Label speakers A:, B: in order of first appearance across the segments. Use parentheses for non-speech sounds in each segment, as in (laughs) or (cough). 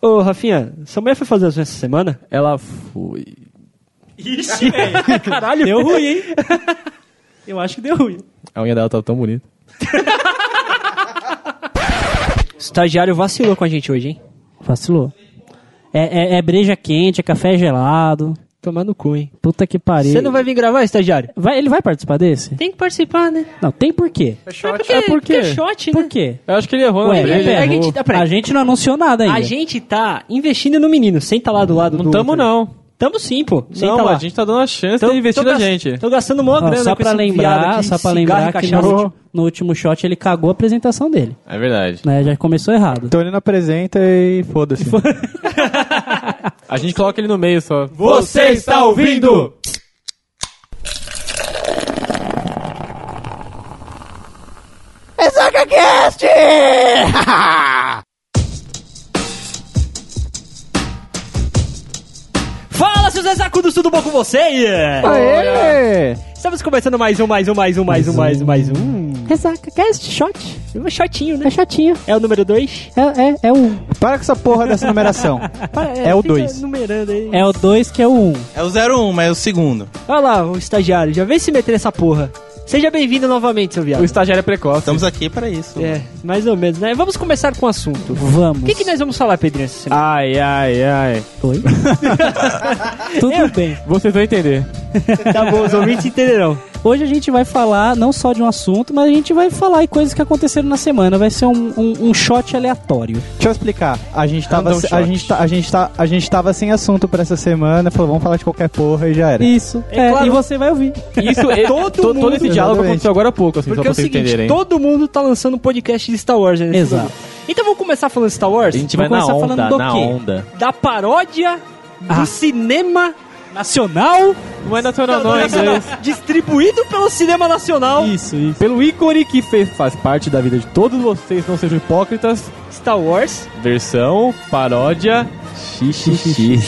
A: Ô, Rafinha, sua mulher foi fazer as essa semana?
B: Ela foi.
A: Ixi,
C: (laughs)
A: velho. Caralho.
B: Deu
D: (laughs)
B: ruim, hein?
A: Eu acho que deu ruim.
B: A unha dela tava tão bonita.
A: Estagiário vacilou com a gente hoje, hein?
C: Vacilou. É, é, é breja quente, é café gelado.
A: Tomar no cu, hein?
C: Puta que pariu.
A: Você não vai vir gravar, estagiário?
C: Vai- ele vai participar desse?
D: Tem que participar, né?
C: Não, tem por quê.
D: É porque,
A: É por
D: porque
A: quê?
D: é shot, né?
C: Por quê?
B: Eu acho que ele errou né?
C: Ué,
B: na breja.
C: pera,
D: a gente- ah, peraí.
C: a gente não anunciou nada ainda.
D: A gente tá investindo no menino. Senta lá do lado
B: Não
D: do
B: tamo,
D: outro.
B: não.
C: Tamo sim, pô. Senta
B: não,
C: lá.
B: a gente tá dando a chance de investir na
D: gas-
B: gente.
D: Então Tô gastando mó
C: Ó,
D: grana
C: só
D: com
C: pra
D: esse viado
C: lembrar,
D: aqui,
C: só pra
D: cigarro e
C: lembrar que no
D: cachaça.
C: último, no último shot ele cagou a apresentação dele.
B: É verdade.
C: Né? Já começou errado.
E: Então ele não apresenta e
C: (laughs)
E: foda-se.
B: A gente coloca ele no meio só.
E: Você está ouvindo?
D: Fala, seus exacudos, tudo bom com vocês?
E: Aê!
D: Estamos começando mais um, mais um, mais um, mais um, mais um, mais um.
C: Ressaca, cast, shot.
D: Um shotinho, né?
C: É shotinho.
D: É o número 2?
C: É, é, é o
E: Para com essa porra dessa
C: (laughs)
E: numeração. É o dois.
D: numerando aí.
C: É o 2 que é o 1. Um.
F: É o 01, mas é o segundo.
D: Olha lá, o estagiário. Já vem se meter nessa porra. Seja bem-vindo novamente, seu viado.
B: O estagiário é precoce.
F: Estamos aqui para isso.
D: É, mais ou menos, né? Vamos começar com o assunto.
C: Vamos.
D: O que, que nós vamos falar, Pedrinho, essa semana?
B: Ai, ai, ai.
D: (laughs)
C: Oi? Tudo bem.
B: Vocês vão entender.
D: tá bom, os ouvintes entenderão.
C: Hoje a gente vai falar não só de um assunto, mas a gente vai falar de coisas que aconteceram na semana. Vai ser um, um, um shot aleatório.
E: Deixa eu explicar. A gente tava,
B: Random
E: a
B: shot.
E: gente tá, a gente tá, a gente tava sem assunto pra essa semana, falou, vamos falar de qualquer porra e já era.
C: Isso.
D: É
C: É,
D: claro.
C: E você vai ouvir.
B: Isso, é-
D: Todo
B: to- (laughs) todo
D: mundo,
B: esse diálogo
E: exatamente.
B: aconteceu agora há pouco, assim, só
D: Porque é
B: pra
D: o
B: vocês
D: seguinte,
B: entenderem.
D: todo mundo tá lançando um podcast de Star Wars, né? nesse
C: Exato.
D: momento. Então vamos começar falando de Star Wars?
B: A gente vai
C: Vamos
B: na
C: começar
B: onda,
C: falando do
B: na
C: quê?
B: onda.
D: Da paródia
C: Ah.
D: do cinema
C: Nacional.
B: Não é nacional não, é
D: nacional,
B: inglês.
D: distribuído pelo cinema nacional
C: Isso, isso.
B: Pelo ícone que fez, faz parte da vida de todos vocês, não sejam hipócritas.
D: Star Wars.
B: Versão, paródia, xixi.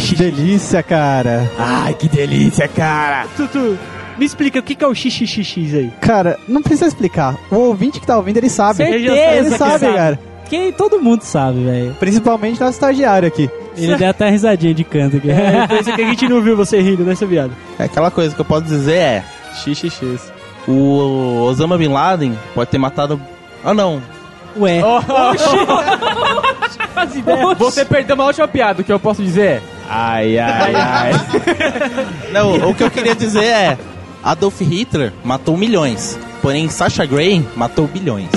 E: Que delícia, cara.
B: Ai, que delícia, cara.
D: Tutu, me explica o que que é o XXX aí.
E: Cara, não precisa explicar. O ouvinte que tá ouvindo, ele sabe.
C: Certeza
E: ele
C: que
E: sabe,
C: sabe.
E: cara.
C: Que todo mundo sabe, velho.
E: Principalmente nosso estagiário aqui.
C: Ele deu até risadinha de canto aqui.
D: É, pensa que a gente não viu você rindo, né, seu viado?
F: É Aquela coisa que eu posso dizer é:
B: Xixi.
F: o Osama Bin Laden pode ter matado. Ah, não.
C: Ué.
D: Faz ideia.
B: Oh, Você perdeu uma última piada, o que eu posso dizer é... Ai, ai, (laughs) ai.
F: Não, o que eu queria dizer é: Adolf Hitler matou milhões, porém Sasha Grey matou bilhões.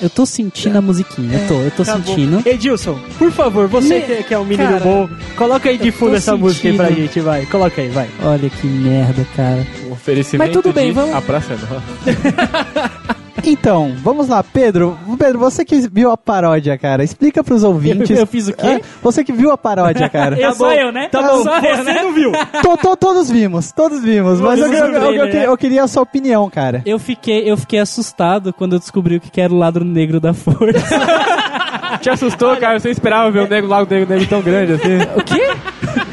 C: Eu tô sentindo a musiquinha. Eu tô, eu tô
D: Acabou.
C: sentindo.
D: Edilson, por favor, você
C: Me-
D: que, que é um menino
C: Cara,
D: bom, coloca aí de
C: eu
D: fundo
C: tô
D: essa música aí pra
C: sentindo.
D: gente, vai. Coloca aí, vai.
C: Olha que merda, cara.
B: Um oferecimento
C: Mas tudo bem,
B: de...
C: vamos-
B: A praça é nossa.
E: Então, vamos lá, Pedro. Pedro, você que viu a paródia, cara, explica pros ouvintes.
C: (laughs) Eu- eu fiz o quê?
E: Ah, Você que viu a paródia, cara.
C: (laughs) Eu sou eu, né?
E: Tá
C: Eu
E: bom.
C: sou eu, né?
D: não
C: (laughs)
D: viu?
E: To- to- todos vimos, todos vimos. Mas eu,
C: Todos
E: eu- eu- eu- eu-
C: trailer, né?
E: eu queria a sua opinião, cara.
C: Eu fiquei, eu fiquei assustado quando eu descobri o que que era o lado negro
D: (laughs)
C: da força.
B: Te assustou, cara? Você esperava ver um nego lá, um nego, nego tão grande assim?
C: o quê?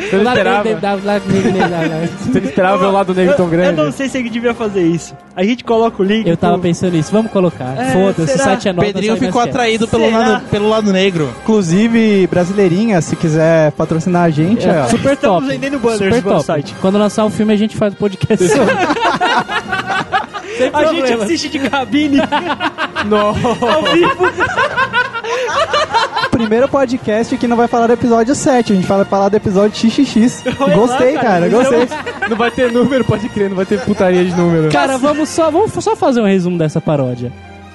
B: Você não esperava? Você não esperava ver um lado negro tão
D: Eu
B: grande?
D: não sei se ele devia fazer isso. A gente coloca o link.
C: Eu tava
D: pro-
C: pensando nisso, vamos colocar.
D: É,
C: Foda-se, o
D: será?
C: site é novo.
F: Pedrinho
C: nós
F: ficou
C: sabemos que
F: atraído pelo
D: Será?
F: lado, pelo lado negro.
E: Inclusive, brasileirinha, se quiser patrocinar a gente,
C: é.
E: ó.
C: Super
D: Estamos
C: top.
D: vendendo banners
C: Super
D: no
C: top.
D: site.
C: Quando lançar o filme, a gente faz o podcast. Sem
D: A gente
C: problema.
D: assiste de
C: (laughs)
D: cabine.
B: Não.
E: O (laughs) primeiro podcast que não vai falar do episódio 7, a gente vai falar do episódio XXX.
D: (laughs) Olha
E: Gostei,
D: lá,
E: cara,
D: cara, é um-
E: gostei.
B: Não vai ter número, pode crer, não vai ter putaria de número.
C: Cara, vamos só, vamos só fazer um resumo dessa paródia.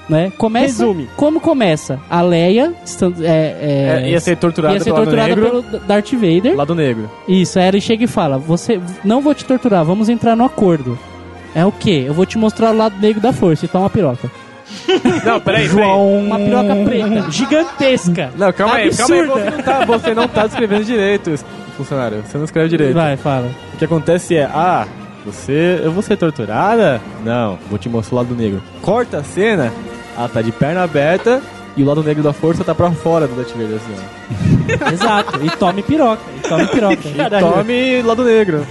C: Né? Começa,
D: Resume.
C: Como começa? A Leia estando- é, é,
B: É, ia ser torturado
C: ia ser
B: pelo lado
C: torturada
B: negro.
C: pelo D- Darth Vader.
B: Lado negro.
C: Isso, a Eren chega e fala: Você não vou te torturar, vamos entrar no acordo. É o quê? Eu vou te mostrar o lado negro da força e toma uma piroca.
B: Não, peraí, peraí.
E: João.
C: Uma piroca
B: (laughs)
C: preta, gigantesca.
B: Não, calma aí, calma aí.
C: Absurda.
B: Você não, tá, você não tá escrevendo direito, funcionário. Você não escreve direito.
C: Vai, fala.
B: O que acontece é, ah, você. Eu vou ser torturada? Não, vou te mostrar o lado negro. Corta a cena, ela tá de perna aberta e o lado negro da força tá pra fora do Darth Vader, assim, ó.
C: Exato. E tome piroca. E tome piroca.
B: E tome lado negro.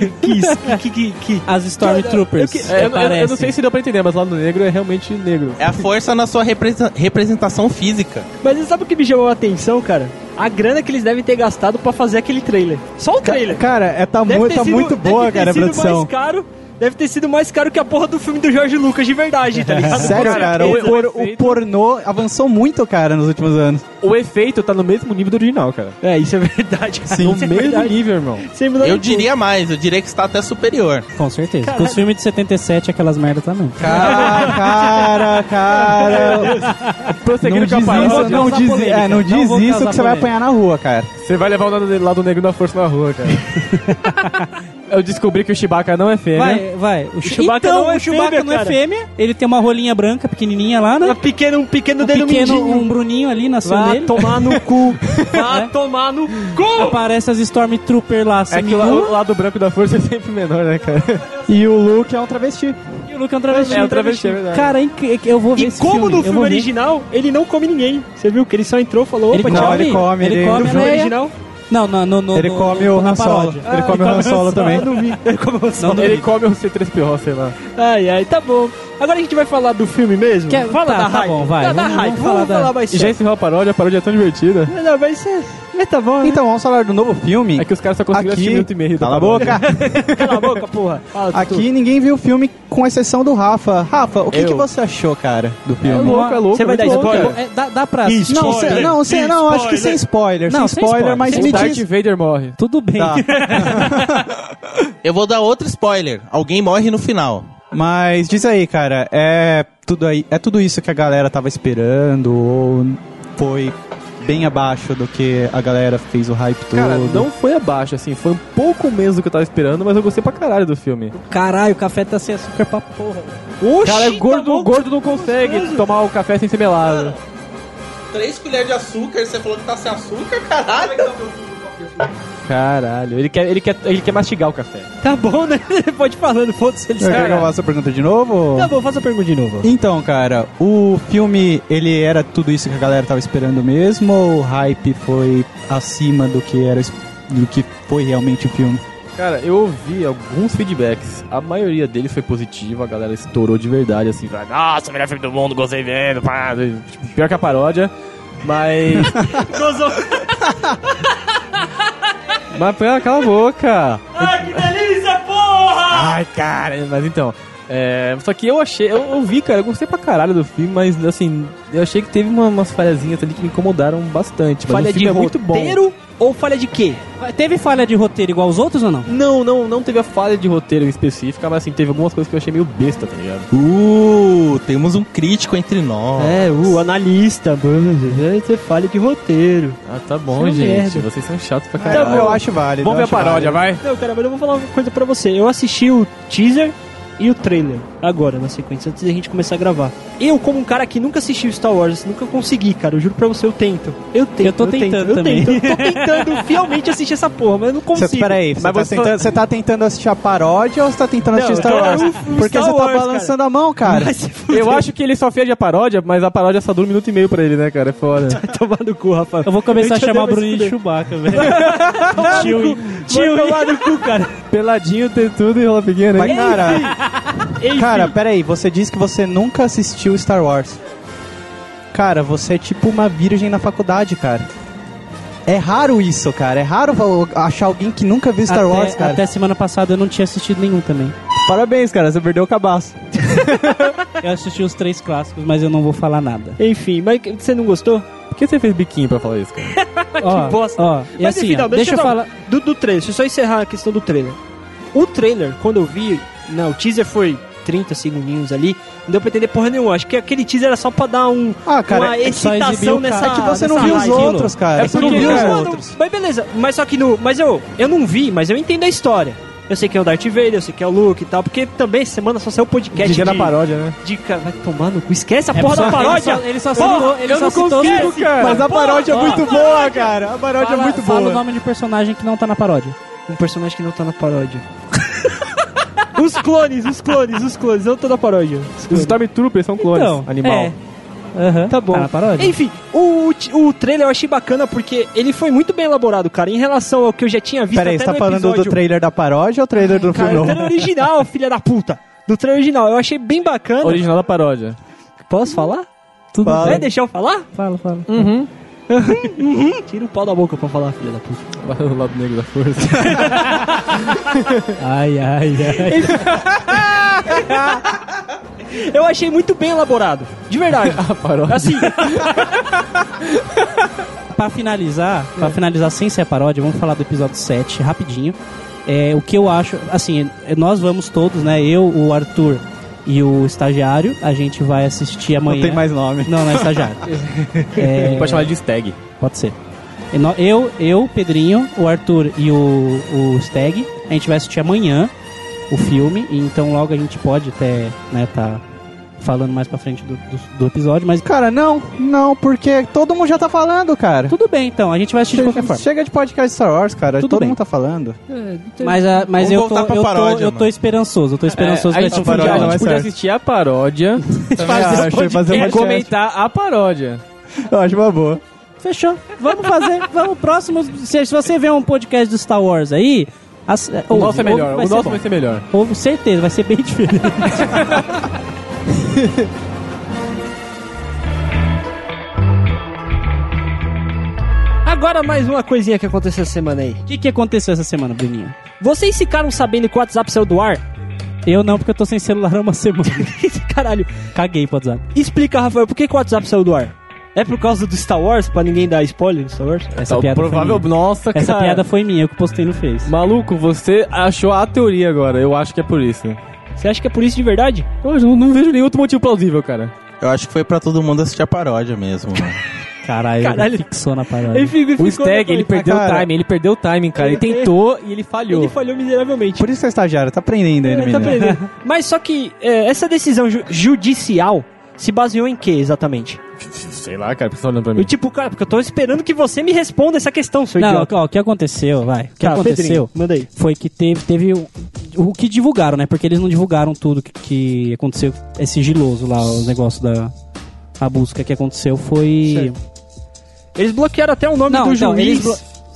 C: que, que, que, As Stormtroopers.
B: (laughs) É, eu, eu- eu
C: aparecem.
B: não sei se deu pra entender, mas lado negro é realmente negro.
F: É a força na sua represa- representação física.
D: Mas você sabe o que me chamou a atenção, cara? A grana que eles devem ter gastado pra fazer aquele trailer. Só o trailer.
E: Cara, é, tá,
D: Deve
E: mu
D: ter
E: tá
D: sido-
E: muito
D: deve
E: boa,
D: ter
E: cara, a
D: sido
E: produção.
D: Mais caro, deve ter sido mais caro que a porra do filme do Jorge Lucas, de verdade, tá ligado?
E: Sério,
B: Com
E: cara, o,
D: é
B: certeza,
E: por-
B: perfeito.
E: o pornô avançou muito, cara, nos últimos anos.
B: O efeito tá no mesmo nível do original, cara.
D: (laughs) É, isso é verdade. cara.
B: No
D: Isso é
B: mesmo
D: verdade.
B: nível, irmão.
D: (laughs) Sem mudar
F: Eu
D: de cor.
F: diria mais, eu diria que está até superior.
C: Com certeza. Com os filmes de 77, aquelas merda também.
E: Cara, cara, cara. Não
B: Prosseguindo
E: diz
B: com a
E: isso,
B: paródia,
E: não
C: causar
E: diz,
C: polêmica.
E: é, não
C: Não
E: diz
C: vou
E: isso
C: causar
E: que você vai
C: polêmica.
E: apanhar na rua, cara.
B: você vai levar o lado, lado negro da força na rua, (laughs) cara. Eu descobri que o Chewbacca não é fêmea.
C: Vai, vai. O
D: Chewbacca
C: então,
D: não é
C: o Chewbacca
D: fêmea,
C: não é
D: cara.
C: fêmea. Ele tem uma rolinha branca pequenininha lá, né?
D: Uma pequena- um pequeno
C: Um
D: dedo
C: pequeno,
D: mindinho.
C: um bruninho ali na
D: Vá
C: dele.
D: tomar no
C: (laughs)
D: cu. Vá
C: É.
D: tomar no cu.
C: Aparece as Stormtrooper lá, sem
B: É que o,
C: nenhuma.
B: o lado branco da força é sempre menor, né, cara?
E: E o Luke é um travesti.
C: E o Luke é um travesti.
B: É um travesti, é verdade.
C: Cara, é incri- eu vou
D: E
C: ver esse
D: como
C: filme.
D: no
C: eu
D: filme
C: vou ver.
D: original, ele não come ninguém. Você viu que ele só entrou, falou,
C: Ele
D: opa,
C: come,
D: tchau.
E: ele come,
C: ele
E: ele-
D: No
C: come
D: filme
C: aranha.
D: original,
C: Não, não, no, no,
E: Ele
C: no-
E: come
C: no-
E: o
C: na
E: Han Solo. (laughs)
C: paródia.
E: Ele come o Han Solo também.
D: Ah, (laughs) não vi. Ele come o Han Solo.
C: Não, não
B: Ele
C: vi.
B: come um o C3PO, sei lá.
D: Ai, ai, tá bom. Agora a gente vai falar do filme mesmo?
C: Quer-
D: Fala
C: tá,
D: da
C: tá
D: hype.
C: bom, vai.
D: Tá da
C: Vamos-
D: hype.
C: vamos
D: Vamos falar,
C: falar da-
D: mais
B: E já
D: sério.
B: encerrou a paródia, a paródia é tão divertida.
D: Não, vai ser... Mas tá bom, né?
E: Então, vamos falar do novo filme.
B: É que os caras só conseguiram
E: Aqui-
B: assistir minuto e meio. da
E: Cala a
B: paródia.
E: boca.
D: Cala a boca, porra. Fala, Tutu.
E: Aqui ninguém viu o filme, com exceção do Rafa. Rafa, o que,
B: Eu.
E: que você achou, cara, do
B: É
E: filme?
B: louco, é louco.
D: Você vai
B: é
D: dar
B: muito louco,
D: spoiler?
B: cara.
C: É, dá, dá
E: Não,
C: pra... Não,
E: cê- não, cê- não, acho que sem spoiler. sem
C: Não, sem
E: spoiler,
C: spoiler,
E: mas
C: sem
E: me
B: O Darth
E: diz.
B: Vader morre.
C: tudo bem.
E: Tá.
F: Eu vou dar outro spoiler. Alguém morre no final.
E: (laughs) Mas diz aí, cara, é tudo, aí, é tudo isso que a galera tava esperando ou foi bem abaixo do que a galera fez o hype todo?
B: Cara, não foi abaixo, assim. Foi um pouco menos do que eu tava esperando, mas eu gostei pra caralho do filme.
C: Caralho, o café tá sem açúcar pra porra.
B: Oxi, cara, gordo, gordo não consegue tomar o café sem ser melado.
F: Três colheres de açúcar, você falou que tá sem açúcar, caralho.
B: Caralho, ele quer, ele, quer, ele quer mastigar o café.
D: Tá bom, né? (laughs) Pode ir falando, foda-se. ele
E: Você quer
D: sabe.
E: que eu faça a pergunta de novo?
D: Tá bom, faça a pergunta de novo.
E: Então, cara, o filme, ele era tudo isso que a galera tava esperando mesmo ou o hype foi acima do que era es- do que foi realmente o filme?
B: Cara, eu ouvi alguns feedbacks. A maioria deles foi positiva, a galera estourou de verdade, assim, vai, nossa, melhor filme do mundo, gostei vendo, pá. Tipo, pior que a paródia,
D: (laughs)
B: mas.
D: Gozou.
B: mas pera, cala a boca!
D: Ai, que delícia, porra!
B: Ai, cara, mas então. é, só que eu achei, eu, eu vi, cara, eu gostei pra caralho do filme, mas assim, eu achei que teve uma- umas falhazinhas ali que me incomodaram bastante. Mas
D: Falha
B: o filme
D: de
B: é muito bom.
D: roteiro ou falha de quê?
C: Teve falha de roteiro igual os outros ou não?
B: Não, não, não teve a falha de roteiro específica, mas assim, teve algumas coisas que eu achei meio besta, tá ligado?
F: Uh, temos um crítico entre nós.
D: É, o analista, mano, você falha de roteiro.
B: Ah, tá bom,
D: Isso é
B: gente.
D: merda.
B: Vocês são chatos pra
E: Cara,
B: caralho.
E: Então, eu acho válido.
B: Vamos ver
E: eu
B: a
E: acho
B: paródia, vai.
D: Não, cara, mas eu vou falar uma coisa pra você. Eu assisti o teaser e o trailer agora, na sequência, antes da gente começar a gravar. Eu, como um cara que nunca assistiu Star Wars, nunca consegui, cara, eu juro pra você, eu tento. Eu tento,
C: Eu tô tentando
D: tento,
C: também.
D: Eu tento, eu tô
C: (laughs)
D: tentando fielmente assistir essa porra, mas eu não consigo.
E: Cê, peraí, você
D: Mas
E: tá,
D: você-
E: tentando- você tá tentando assistir a paródia ou você tá tentando
D: Não,
E: assistir Star
D: cara,
E: Wars?
D: o- o
E: Porque
D: Star
E: você tá
D: Wars,
E: balançando a mão, cara.
D: Vai se fuder,
B: Eu acho que ele só fez a paródia, mas a paródia só dura um minuto e meio pra ele, né, cara? É foda. (laughs)
D: tomar no cu, Rafael.
C: Eu vou começar
D: Eu
C: a
D: te
C: chamar o
D: odeio,
C: Bruninho
D: mas
C: de Chewbacca, velho.
D: Tio, tio, tomar no cu, cara.
B: Peladinho, tem tudo e né? rola pequena,
E: Mas,
B: hein?
E: cara,
D: Enfim.
E: cara, peraí, você disse que você nunca assistiu Star Wars. Cara, você é tipo uma virgem na faculdade, cara. É raro isso, cara. É raro fa- achar alguém que nunca viu Star
C: até,
E: Wars, cara.
C: até semana passada eu não tinha assistido nenhum também.
E: Parabéns, cara, você perdeu o cabaço.
C: Eu assisti os três clássicos, mas eu não vou falar nada.
D: Enfim, mas que- você não gostou?
B: Por que você fez biquinho pra falar isso, cara?
C: ó,
D: bosta.
C: Ó, e
D: Mas
C: assim,
D: enfim,
C: ó,
D: não, deixa
C: deixa, eu
D: eu um-
C: falar.
D: Do, do trailer, deixa eu só encerrar a questão do trailer. O trailer, quando eu vi, não, o teaser foi 30 segundinhos ali, não deu pra entender porra nenhuma. Acho que aquele teaser era só pra dar um,
E: Ah,
D: uma
E: cara, é,
C: só exibiu,
D: excitação
C: cara.
D: nessa.
E: é que você não
D: nessa
E: viu os
D: hype.
E: outros, cara.
B: É
E: você não
B: porque,
E: viu os
B: cara,
D: Não, não,
E: outros.
D: Mas beleza, mas só que no. Mas eu, eu não vi, mas eu entendo a história. Eu sei que é o Darth Vader, eu sei que é o Luke e tal, porque também essa semana só saiu podcast
B: Diga
D: de...
B: na paródia, né?
D: Dica, vai tomar no cu. Esquece a
C: É
D: porra
C: só-
D: da paródia!
C: Ele só, ele só
D: Porra,
C: citou, ele
D: eu
C: só
D: não
C: citou
D: consigo,
C: Luke.
D: cara.
C: Mas
B: Mas a paródia é
D: porra,
B: muito boa, cara. A paródia
C: fala,
B: é muito
C: fala o
B: boa.
C: nome de personagem que não tá na paródia.
D: Um personagem que não tá na paródia. os clones, os clones, os clones, eu tô na paródia. Os
B: Os Então,
D: clones.
B: Stormtroopers são clones, animal.
C: É.
D: Tá bom.
C: Tá na paródia.
D: Enfim, o, o trailer eu achei bacana porque ele foi muito bem elaborado, cara, em relação ao que eu já tinha visto
E: Peraí,
D: até
E: você tá
D: no
E: falando
D: episódio.
E: do trailer da paródia ou trailer do
D: Cara,
E: filme
D: do
B: tá
E: novo?
D: trailer original, (laughs) filha da puta. Do trailer original, eu achei bem bacana.
B: Original da paródia.
D: Posso falar?
C: Tudo
E: Fala.
D: É, deixa eu falar?
C: Fala, fala.
D: Tira o pau da boca pra falar, filha da puta.
B: O lado negro da força.
C: (laughs) Ai, ai, ai.
D: Eu achei muito bem elaborado, de
C: (laughs)
D: verdade.
B: paródia.
D: assim,
C: pra finalizar, pra finalizar sem ser paródia, vamos falar do episódio 7 rapidinho. É, o que eu acho, assim, nós vamos todos, né? Eu, o Arthur e o estagiário, a gente vai assistir amanhã.
E: Não tem mais nome.
C: Não, não
B: (laughs)
C: é estagiário.
B: A
C: É,
B: gente pode chamar de stag.
C: Pode ser. E nó- Eu, eu, Pedrinho, o Arthur e o, o Stag, a gente vai assistir amanhã o filme, e então logo a gente pode até, né, tá falando mais pra frente do, do, do episódio, mas
E: Cara, não, não, porque todo mundo já tá falando, cara.
C: tudo bem então, a gente vai assistir de qualquer forma.
E: Chega de podcast Star Wars, cara.
C: Tudo
E: todo
C: bem.
E: mundo tá falando.
C: Mas, a- mas
F: Vamos
C: eu, tô,
F: voltar pra
C: eu, tô,
F: paródia,
C: eu tô
F: mano.
C: esperançoso, eu tô esperançoso
A: É, a
C: pra
A: gente
C: esse
A: podia,
E: paródia,
A: tipo, a gente
E: vai
C: filme.
A: podia
E: certo.
A: assistir a (laughs) paródia
E: Ah, achei fazer
A: e
E: podcast.
A: comentar a paródia.
E: Eu acho uma boa.
C: Fechou, vamos fazer, vamos próximo. Se, se você vê um podcast do Star Wars aí, ass-
A: O
C: ouve,
A: nosso é
C: ouve,
A: melhor.
C: vai
A: O
C: ser
A: nosso
C: bom.
A: vai ser melhor.
C: Ouve, certeza, vai ser bem (laughs) diferente.
D: agora mais uma coisinha que aconteceu essa semana aí.
C: O que, que aconteceu essa semana, Bruninho?
D: Vocês ficaram sabendo que o WhatsApp saiu do ar? (laughs)
C: Eu não, porque eu tô sem celular há uma semana.
D: Caralho.
C: Caguei pro WhatsApp.
D: Explica, Rafael, por que, que o WhatsApp saiu do ar? É por causa do Star Wars, pra ninguém dar spoiler do Star Wars?
C: Essa
A: Tá,
C: piada
A: provável,
C: foi minha.
A: nossa,
C: Essa
A: cara.
C: piada foi minha, eu que postei no Face.
A: Maluco, você achou a teoria agora. Eu acho que é por isso.
D: Você acha que é por isso de verdade?
A: Eu não, não vejo nenhum outro motivo plausível, cara.
F: Eu acho que foi pra todo mundo assistir a paródia mesmo. né? mano.
C: Caralho,
D: Caralho.
C: fixou na parada.
D: Enfim, me
A: O
D: ficou
A: Stag, ele
D: depois.
A: perdeu
E: cara.
A: o timing, ele perdeu o timing, cara. Ele
D: Ele-
A: tentou e ele falhou.
D: Ele falhou miseravelmente.
E: Por isso que é estagiário, tá aprendendo ainda,
D: Ele tá
E: menino.
C: (laughs)
D: perdendo. Mas só que é, essa decisão ju- judicial se baseou em quê exatamente?
A: Sei lá, cara, por que você tá olhando pra
D: Eu, tipo, cara, porque eu tô esperando que você me responda essa questão, seu
C: Hum. Não,
D: idiota.
C: ó, o que aconteceu, vai. O que
D: Tá,
C: aconteceu
D: Pedrinho, manda aí.
C: foi que teve, teve o, o que divulgaram, né? Porque eles não divulgaram tudo que, que aconteceu. É sigiloso lá, o negócio da... A busca que aconteceu foi...
D: Eles bloquearam até o nome
C: Não,
D: do
C: então,
D: juiz
C: eles blo-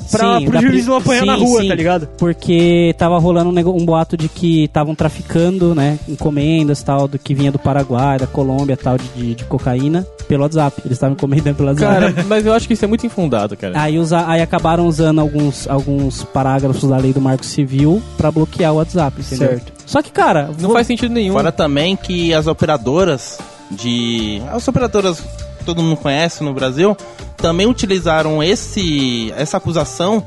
D: pra,
C: Sim,
D: pro
C: da
D: juiz
C: pri-
D: não apanhar na
C: sim,
D: rua,
C: sim.
D: tá ligado?
C: Porque tava rolando um, nego- um boato de que estavam traficando, né? Encomendas tal, do que vinha do Paraguai, da Colômbia tal, de, de, de cocaína, pelo WhatsApp. Eles estavam encomendando pelo WhatsApp.
A: (laughs) Cara, mas eu acho que isso é muito infundado, cara.
C: (laughs) Aí, usa, aí acabaram usando alguns, alguns parágrafos da lei do Marco Civil pra bloquear o WhatsApp, entendeu?
D: Certo.
C: Só que, cara,
A: Não faz sentido nenhum.
F: Fora também que as operadoras de. As operadoras que todo mundo conhece no Brasil também utilizaram esse essa acusação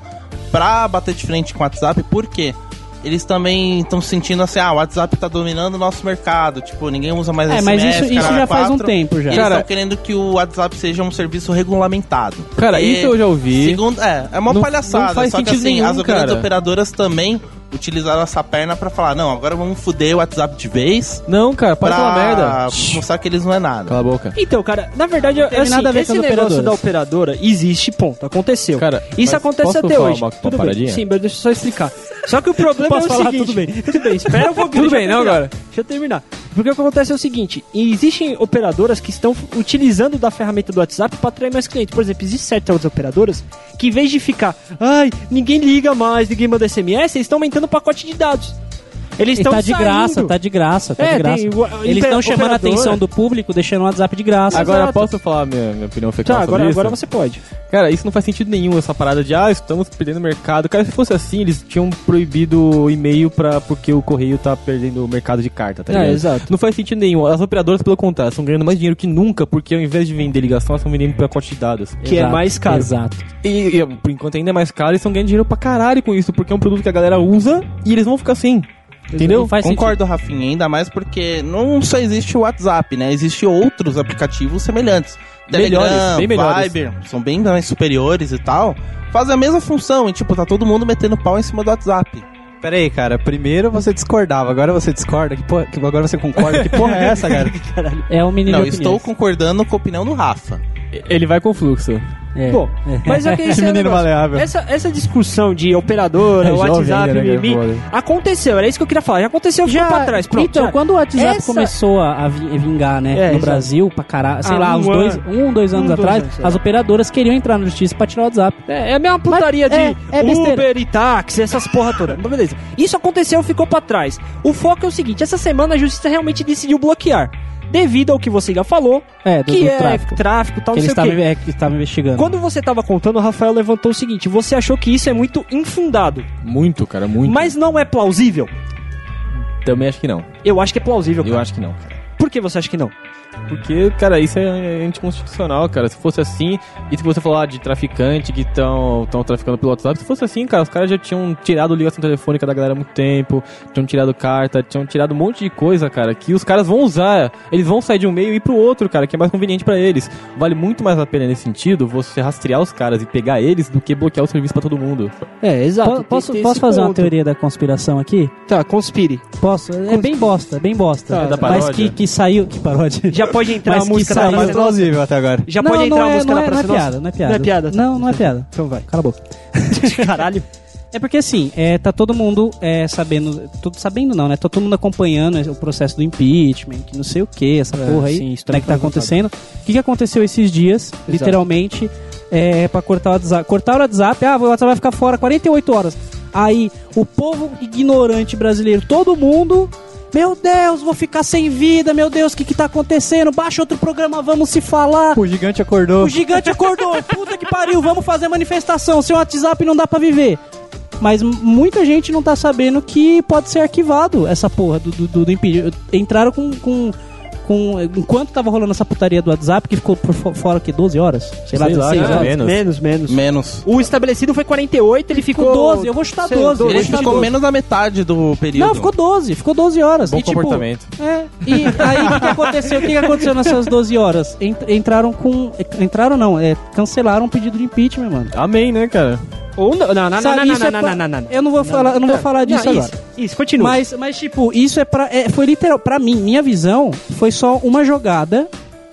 F: pra bater de frente com o WhatsApp, porque eles também estão sentindo assim, ah, o WhatsApp tá dominando o nosso mercado, tipo, ninguém usa mais
C: É, mas isso, isso já faz um tempo já.
F: Eles
A: Cara-
F: estão querendo que o WhatsApp seja um serviço regulamentado.
A: Cara,
F: E-
A: isso eu já ouvi.
F: Segundo, é, é uma
A: Não-
F: palhaçada.
A: não faz
F: só que
A: sentido
F: assim,
A: nenhum,
F: as grandes
A: cara.
F: operadoras também utilizaram essa perna pra falar, não, agora vamos foder o WhatsApp de vez
A: Não, cara, para
F: pra
A: falar merda.
F: mostrar que eles não é nada.
A: Cala a boca.
D: Então, cara, na verdade, eu-
C: teve
D: assim,
C: nada a ver
D: esse
C: com as
D: negócio
C: operadoras.
D: da operadora existe, ponto. Aconteceu.
A: Cara, mas
D: Isso acontece
A: posso
D: até
A: falar
D: hoje.
A: uma- uma
D: tudo bem.
A: paradinha?
D: Sim, mas deixa eu só explicar. Só que o problema
C: Posso
D: é o
C: falar?
D: seguinte.
C: Tudo bem.
D: (laughs) Tudo bem, espera um pouquinho.
A: Tudo
D: deixa eu
A: bem, não,
D: terminar.
A: agora.
D: Deixa eu terminar. Porque o que acontece é o seguinte, e existem operadoras que estão utilizando da ferramenta do WhatsApp para atrair mais clientes. Por exemplo, existem certas operadoras que em vez de ficar, ai, ninguém liga mais, ninguém manda SMS, eles estão aumentando o pacote de dados. Eles
C: E
D: estão
C: tá de graça,
D: saindo.
C: tá de graça, tá
D: É,
C: de graça.
D: tem o-
C: Eles
D: opera-
C: estão chamando a
D: operadora.
C: atenção do público, deixando o WhatsApp de graça.
A: Agora
D: Exato.
A: posso falar minha, minha opinião fecal
D: Tá,
A: sobre
D: agora,
A: isso?
D: agora você pode.
A: Cara, isso não faz sentido nenhum, essa parada de, ah, estamos perdendo mercado. Cara, se fosse assim, eles tinham proibido o e-mail pra, porque o correio tá perdendo o mercado de carta, tá
D: É,
A: ligado?
D: exato.
A: Não faz sentido nenhum. As operadoras, pelo contrário, estão ganhando mais dinheiro que nunca, porque ao invés de vender ligação, elas estão vendendo pacote de dados.
D: Que é
C: Exato,
D: mais caro.
C: Exato.
A: E, e, por enquanto ainda é mais caro, eles estão ganhando dinheiro pra caralho com isso, porque é um produto que a galera usa e eles vão ficar assim. Entendeu?
C: Não faz
F: Concordo, Rafinha, ainda mais porque não só existe o WhatsApp, né? Existem outros aplicativos semelhantes. Telegram,
A: Melhores, bem melhores.
F: Viber, são bem né, mais superiores e tal. Fazem a mesma função e, tipo, tá todo mundo metendo pau em cima do WhatsApp.
E: Peraí, cara. Primeiro você discordava, agora você discorda. Que porra, que agora você concorda. Que porra é essa, cara?
C: É o menino
F: Não,
C: de
F: estou
C: opiniões.
F: concordando com a opinião do Rafa.
A: Ele vai com fluxo.
C: É.
D: Bom, mas é que esse é o
E: menino
D: negócio.
E: maleável.
D: Essa, essa discussão de operadora,
A: É jovem
D: WhatsApp,
A: ainda, né,
D: mimimi,
A: cara, foda.
D: aconteceu, era isso que eu queria falar. Já aconteceu já, pra trás, pronto.
C: Então,
D: já.
C: quando o WhatsApp
D: Essa-
C: começou a a vi- vingar, né,
D: É,
C: no
D: exato.
C: Brasil, pra caralho, sei
D: Ah,
C: lá,
D: um
C: uns dois,
D: ano.
C: um, dois anos
D: Um, dois
C: atrás,
D: anos, é.
C: as operadoras queriam entrar na justiça pra tirar o WhatsApp.
D: É, é a mesma putaria
C: Mas-
D: de
C: é, é besteira.
D: Uber e táxi, essas porra toda. Mas beleza. Isso aconteceu, ficou pra trás. O foco é o seguinte: essa semana a justiça realmente decidiu bloquear. Devido ao que você já falou,
C: É, do,
D: que
C: do
D: é
C: tráfico.
D: tráfico, tal,
C: Que
D: não
C: eles
D: sei o
C: estavam
D: quê.
C: é, que estavam investigando.
D: Quando você tava contando, o Rafael levantou o seguinte: você achou que isso é muito infundado,
A: Muito, cara, muito.
D: mas não é plausível?
A: Também acho que não.
D: Eu acho que é plausível.
A: Eu acho que não, cara.
D: Por que você acha que não?
A: Porque, cara, isso é anticonstitucional, cara. Se fosse assim, e se você falar de traficante que estão tão traficando pelo WhatsApp, se fosse assim, cara, os caras já tinham tirado ligação telefônica da galera há muito tempo, tinham tirado carta, tinham tirado um monte de coisa, cara, que os caras vão usar. Eles vão sair de um meio e ir pro outro, cara, que é mais conveniente pra eles. Vale muito mais a pena nesse sentido você rastrear os caras e pegar eles do que bloquear o serviço pra todo mundo.
D: É,
C: Po-
D: exato.
C: posso posso fazer uma teoria da conspiração aqui?
D: Tá, conspire.
C: Posso? É bem bosta, bem bosta.
A: Tá, da
C: mas
A: paródia.
C: que, que saiu. Que paródia?
D: Já pode entrar
C: Mas
D: a
C: que
D: música
C: saiu-
D: da
E: Mais
D: Praça Nossa?
E: plausível até agora.
D: (laughs) Já pode entrar
C: não
D: a
C: é,
D: música
C: não
D: da
C: é,
D: Praça
C: não é
D: Nossa?
C: piada, não é piada.
D: Não é piada, tá.
C: Não, não é piada.
D: Então vai.
C: Cala a boca.
D: (laughs) Caralho.
C: É porque assim, é, tá todo mundo é, sabendo. Tudo sabendo não, né? Tá todo mundo acompanhando o processo do impeachment, que não sei o que, essa
D: É,
C: porra aí.
D: sim, isso
C: como é que tá
D: também foi
C: acontecendo? O que, que aconteceu esses dias, literalmente, é, pra cortar o WhatsApp? Cortaram o WhatsApp, ah, o WhatsApp vai ficar fora 48 horas. Aí o povo ignorante brasileiro, todo mundo. Meu Deus, vou ficar sem vida, meu Deus, o que, que tá acontecendo? Baixa outro programa, vamos se falar.
E: O gigante acordou.
C: O gigante acordou. Puta que pariu, vamos fazer manifestação. Sem WhatsApp não dá pra viver. Mas m- muita gente não tá sabendo que pode ser arquivado essa porra do, do, do, do impeachment. Entraram com, com, com- Enquanto tava rolando essa putaria do WhatsApp, que ficou por fo- fora que 12 horas? Sei lá,
A: Sei lá,
C: 16
A: cara,
C: horas.
A: menos.
D: Menos, menos.
F: Menos.
D: O estabelecido foi 48, ele ficou...
C: Ficou 12, eu vou chutar
D: sei,
C: 12. eu vou
F: Ele
C: chutar
F: ficou
C: 12.
F: menos da metade do período.
C: Não, ficou 12, ficou 12 horas.
A: Bom
C: E, tipo,
A: comportamento.
C: É, e aí o que, que aconteceu? O que, que aconteceu nessas 12 horas? Ent- Entraram com. Entraram não, é, cancelaram o pedido de impeachment, mano.
A: Amém, né, cara?
D: Ou um, não, não, não, não,
C: Sabe,
D: não,
C: isso
D: não,
C: é
D: não,
C: pra-
D: não, não, não.
C: Eu não vou falar, eu não vou falar disso
D: Não,
C: agora.
D: Isso, isso, continua.
C: Mas, mas tipo, isso é para é, foi literal, para mim, minha visão foi só uma jogada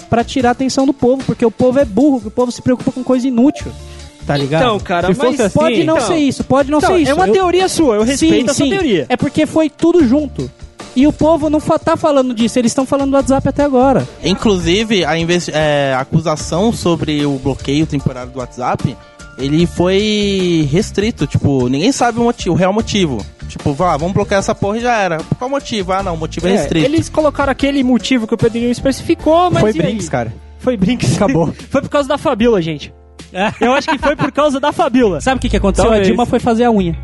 C: pra tirar a atenção do povo, porque o povo é burro, que o povo se preocupa com coisa inútil. Tá ligado?
D: Então, cara,
A: Se fosse
D: mas
A: assim-
C: pode não
D: então-
C: ser isso, pode não
D: Então,
C: ser isso.
D: é uma
C: Eu-
D: teoria sua, eu respeito
C: sim,
D: a sua
C: sim.
D: teoria.
C: É porque foi tudo junto. E o povo não fa- tá falando disso, eles estão falando do WhatsApp até agora.
F: Inclusive, a investi- é, a acusação sobre o bloqueio temporário do WhatsApp, ele foi restrito, tipo, ninguém sabe o, motivo, o real motivo. Tipo, vá, vamos bloquear essa porra e já era. Qual o motivo? Ah, não, o motivo é,
D: É,
F: restrito.
D: eles colocaram aquele motivo que o Pedrinho especificou, mas
E: Foi
D: e aí?
E: Brinks, cara.
D: Foi Brinks.
E: Acabou.
D: foi por causa da Fabiola, gente. Eu acho que foi por causa da Fabiola.
C: Sabe o que, que aconteceu?
A: Talvez.
C: A Dilma foi fazer a unha.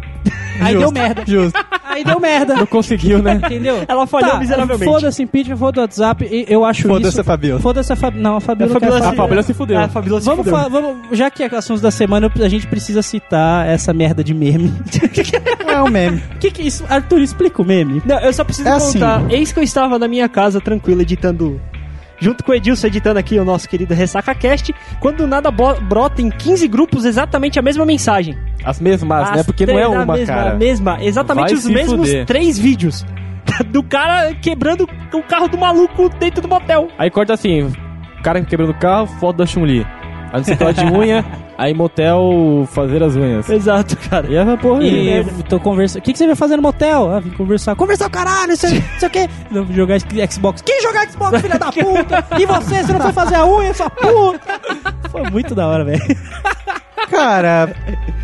C: Aí deu merda.
E: Justo.
C: Aí deu merda.
A: Não conseguiu, né?
C: Entendeu? Tá,
D: Ela falhou miseravelmente.
C: Foda-se impeachment, foda-se WhatsApp, e- eu acho
E: Foda-se,
C: isso.
E: Fabio.
C: Foda-se a Fabiola. Não, a Fabiola,
D: A Fabiola
C: quer
D: se-
C: falar.
A: Fabiola se fudeu.
D: A Fabiola se
C: Vamos,
D: fudeu.
C: fa- vamos, já que é assunto da semana, a gente precisa citar essa merda de meme. (laughs)
E: É um meme.
C: que que é isso? Arthur, explica o meme.
D: Não, eu só preciso
E: É assim.
D: contar. Eis que eu estava na minha casa, tranquilo, editando. Junto com o Edilson, editando aqui o nosso querido RessacaCast, quando do nada bo- brota em 15 grupos exatamente a mesma mensagem.
A: As mesmas,
D: As
A: né? Porque não é
D: três da
A: uma,
D: mesma,
A: cara.
D: a mesma, exatamente
A: Vai
D: os
A: se
D: mesmos
A: fuder.
D: três vídeos. (laughs) Do cara quebrando o carro do maluco dentro do motel.
A: Aí corta assim, cara quebrando o carro, foto da Chun-Li. Aí não sei o que lá (laughs) de unha, aí motel fazer as unhas.
D: Exato, cara.
A: E essa porra aí.
C: E
A: né?
C: eu tô conversando. O que, que você veio fazer no motel? Ah, vim conversar. Conversar o caralho,
E: (laughs)
C: não sei, não sei o quê. Não, Jogar es- Xbox. Quem jogar Xbox, filha da puta? E você, você não foi fazer a unha, sua puta? Foi muito da hora, velho.
E: Cara,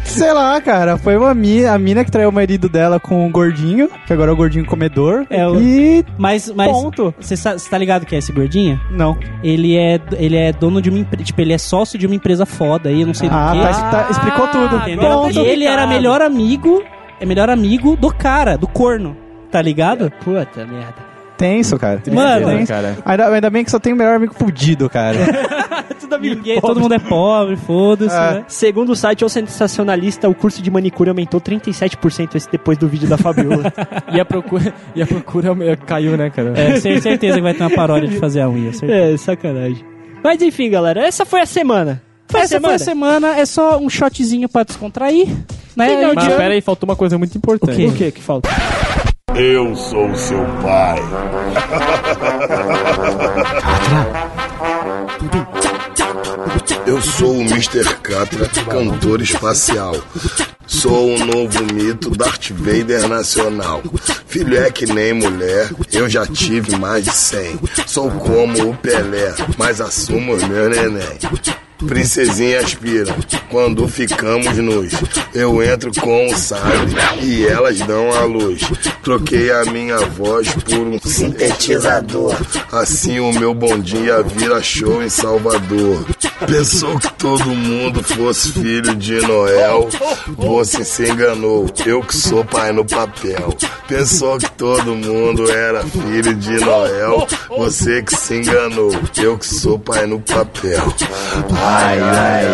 E: sei lá, cara. Foi uma mina, a mina que traiu o marido dela com o gordinho, que agora é o gordinho comedor.
C: É, o-
E: e.
C: Mas, mas.
E: Ponto.
C: Você sa- você tá ligado que é esse gordinha?
E: Não.
C: Ele é, ele é dono de uma empresa. Tipo, ele é sócio de uma empresa foda aí, eu não sei do
E: Ah,
C: que.
E: tá, tá- explicou tudo.
C: Entendeu?
D: Agora
C: e
D: tá
C: ele era
D: explicado.
C: melhor amigo, é melhor amigo do cara, do corno, tá ligado?
D: Puta merda.
E: Tenso, cara.
C: Mano,
E: Tenso.
A: cara.
E: Ainda, ainda bem que só tem o melhor amigo fudido, cara.
D: Tudo amigo
C: Ninguém,
D: pobre.
C: todo mundo é pobre, foda-se,
E: É.
C: né?
D: Segundo o site O Sensacionalista, o curso de manicure aumentou 37% esse depois do vídeo da
C: (laughs)
D: Fabiola.
A: E a procura, (laughs) e a procura é- caiu, né, cara?
C: É, cer- certeza que vai ter uma paródia de fazer a unha, certeza.
D: é, sacanagem. Mas enfim, galera, essa foi a semana. Foi a
C: Essa foi a semana, é só um shotzinho pra descontrair. né?
D: Final
C: eu
A: Mas
D: de
C: digo-
A: pera aí, faltou uma coisa muito importante.
C: O
D: O que que falta?
G: Eu sou seu pai. Eu sou o Mr. Catra, cantor espacial. Sou o novo mito Darth Vader nacional. Filho é que nem mulher, eu já tive mais de 100. Sou como o Pelé, mas assumo os meus neném. Princesinha aspira, quando ficamos nus. Eu entro com o sabre e elas dão a luz. Troquei a minha voz por um sintetizador. Assim o meu bom dia vira show em Salvador. Pensou que todo mundo fosse filho de Noel? Você se enganou, eu que sou pai no papel. Pensou que todo mundo era filho de Noel? Você que se enganou, eu que sou pai no papel. Ai, ai,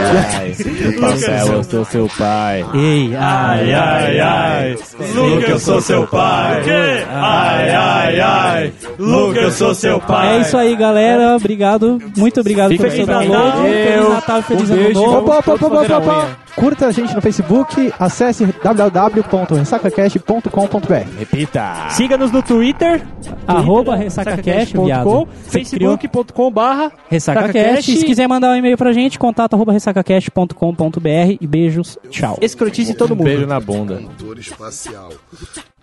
E: (laughs)
G: ai.
B: Marcelo, eu sou seu pai.
C: Ei, ai, ai,
B: ai. Luke, eu sou seu pai. Ai, ai, ai. Luke, eu sou seu pai.
C: É isso aí, galera. Obrigado. Muito obrigado pelo seu download. Feliz Natal, feliz Ano Novo.
E: Opa, opa, opa, opa, opa. Curta a gente no Facebook, acesse www.ressacacast.com.br.
B: Repita.
D: Siga-nos no Twitter,
C: Arroba RessacaCast, viado. Você criou-
D: facebook.com/barra
C: RessacaCast. E Se quiser mandar um e-mail pra gente, contato arroba ressacacast.com.br. E beijos, tchau.
D: escrotice em todo mundo.
B: Um Beijo na bunda.
G: Cantor espacial.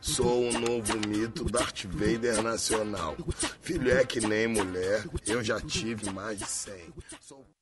G: Sou o novo mito Darth Vader nacional. Filho é que nem mulher, eu já tive mais de 100. Sou-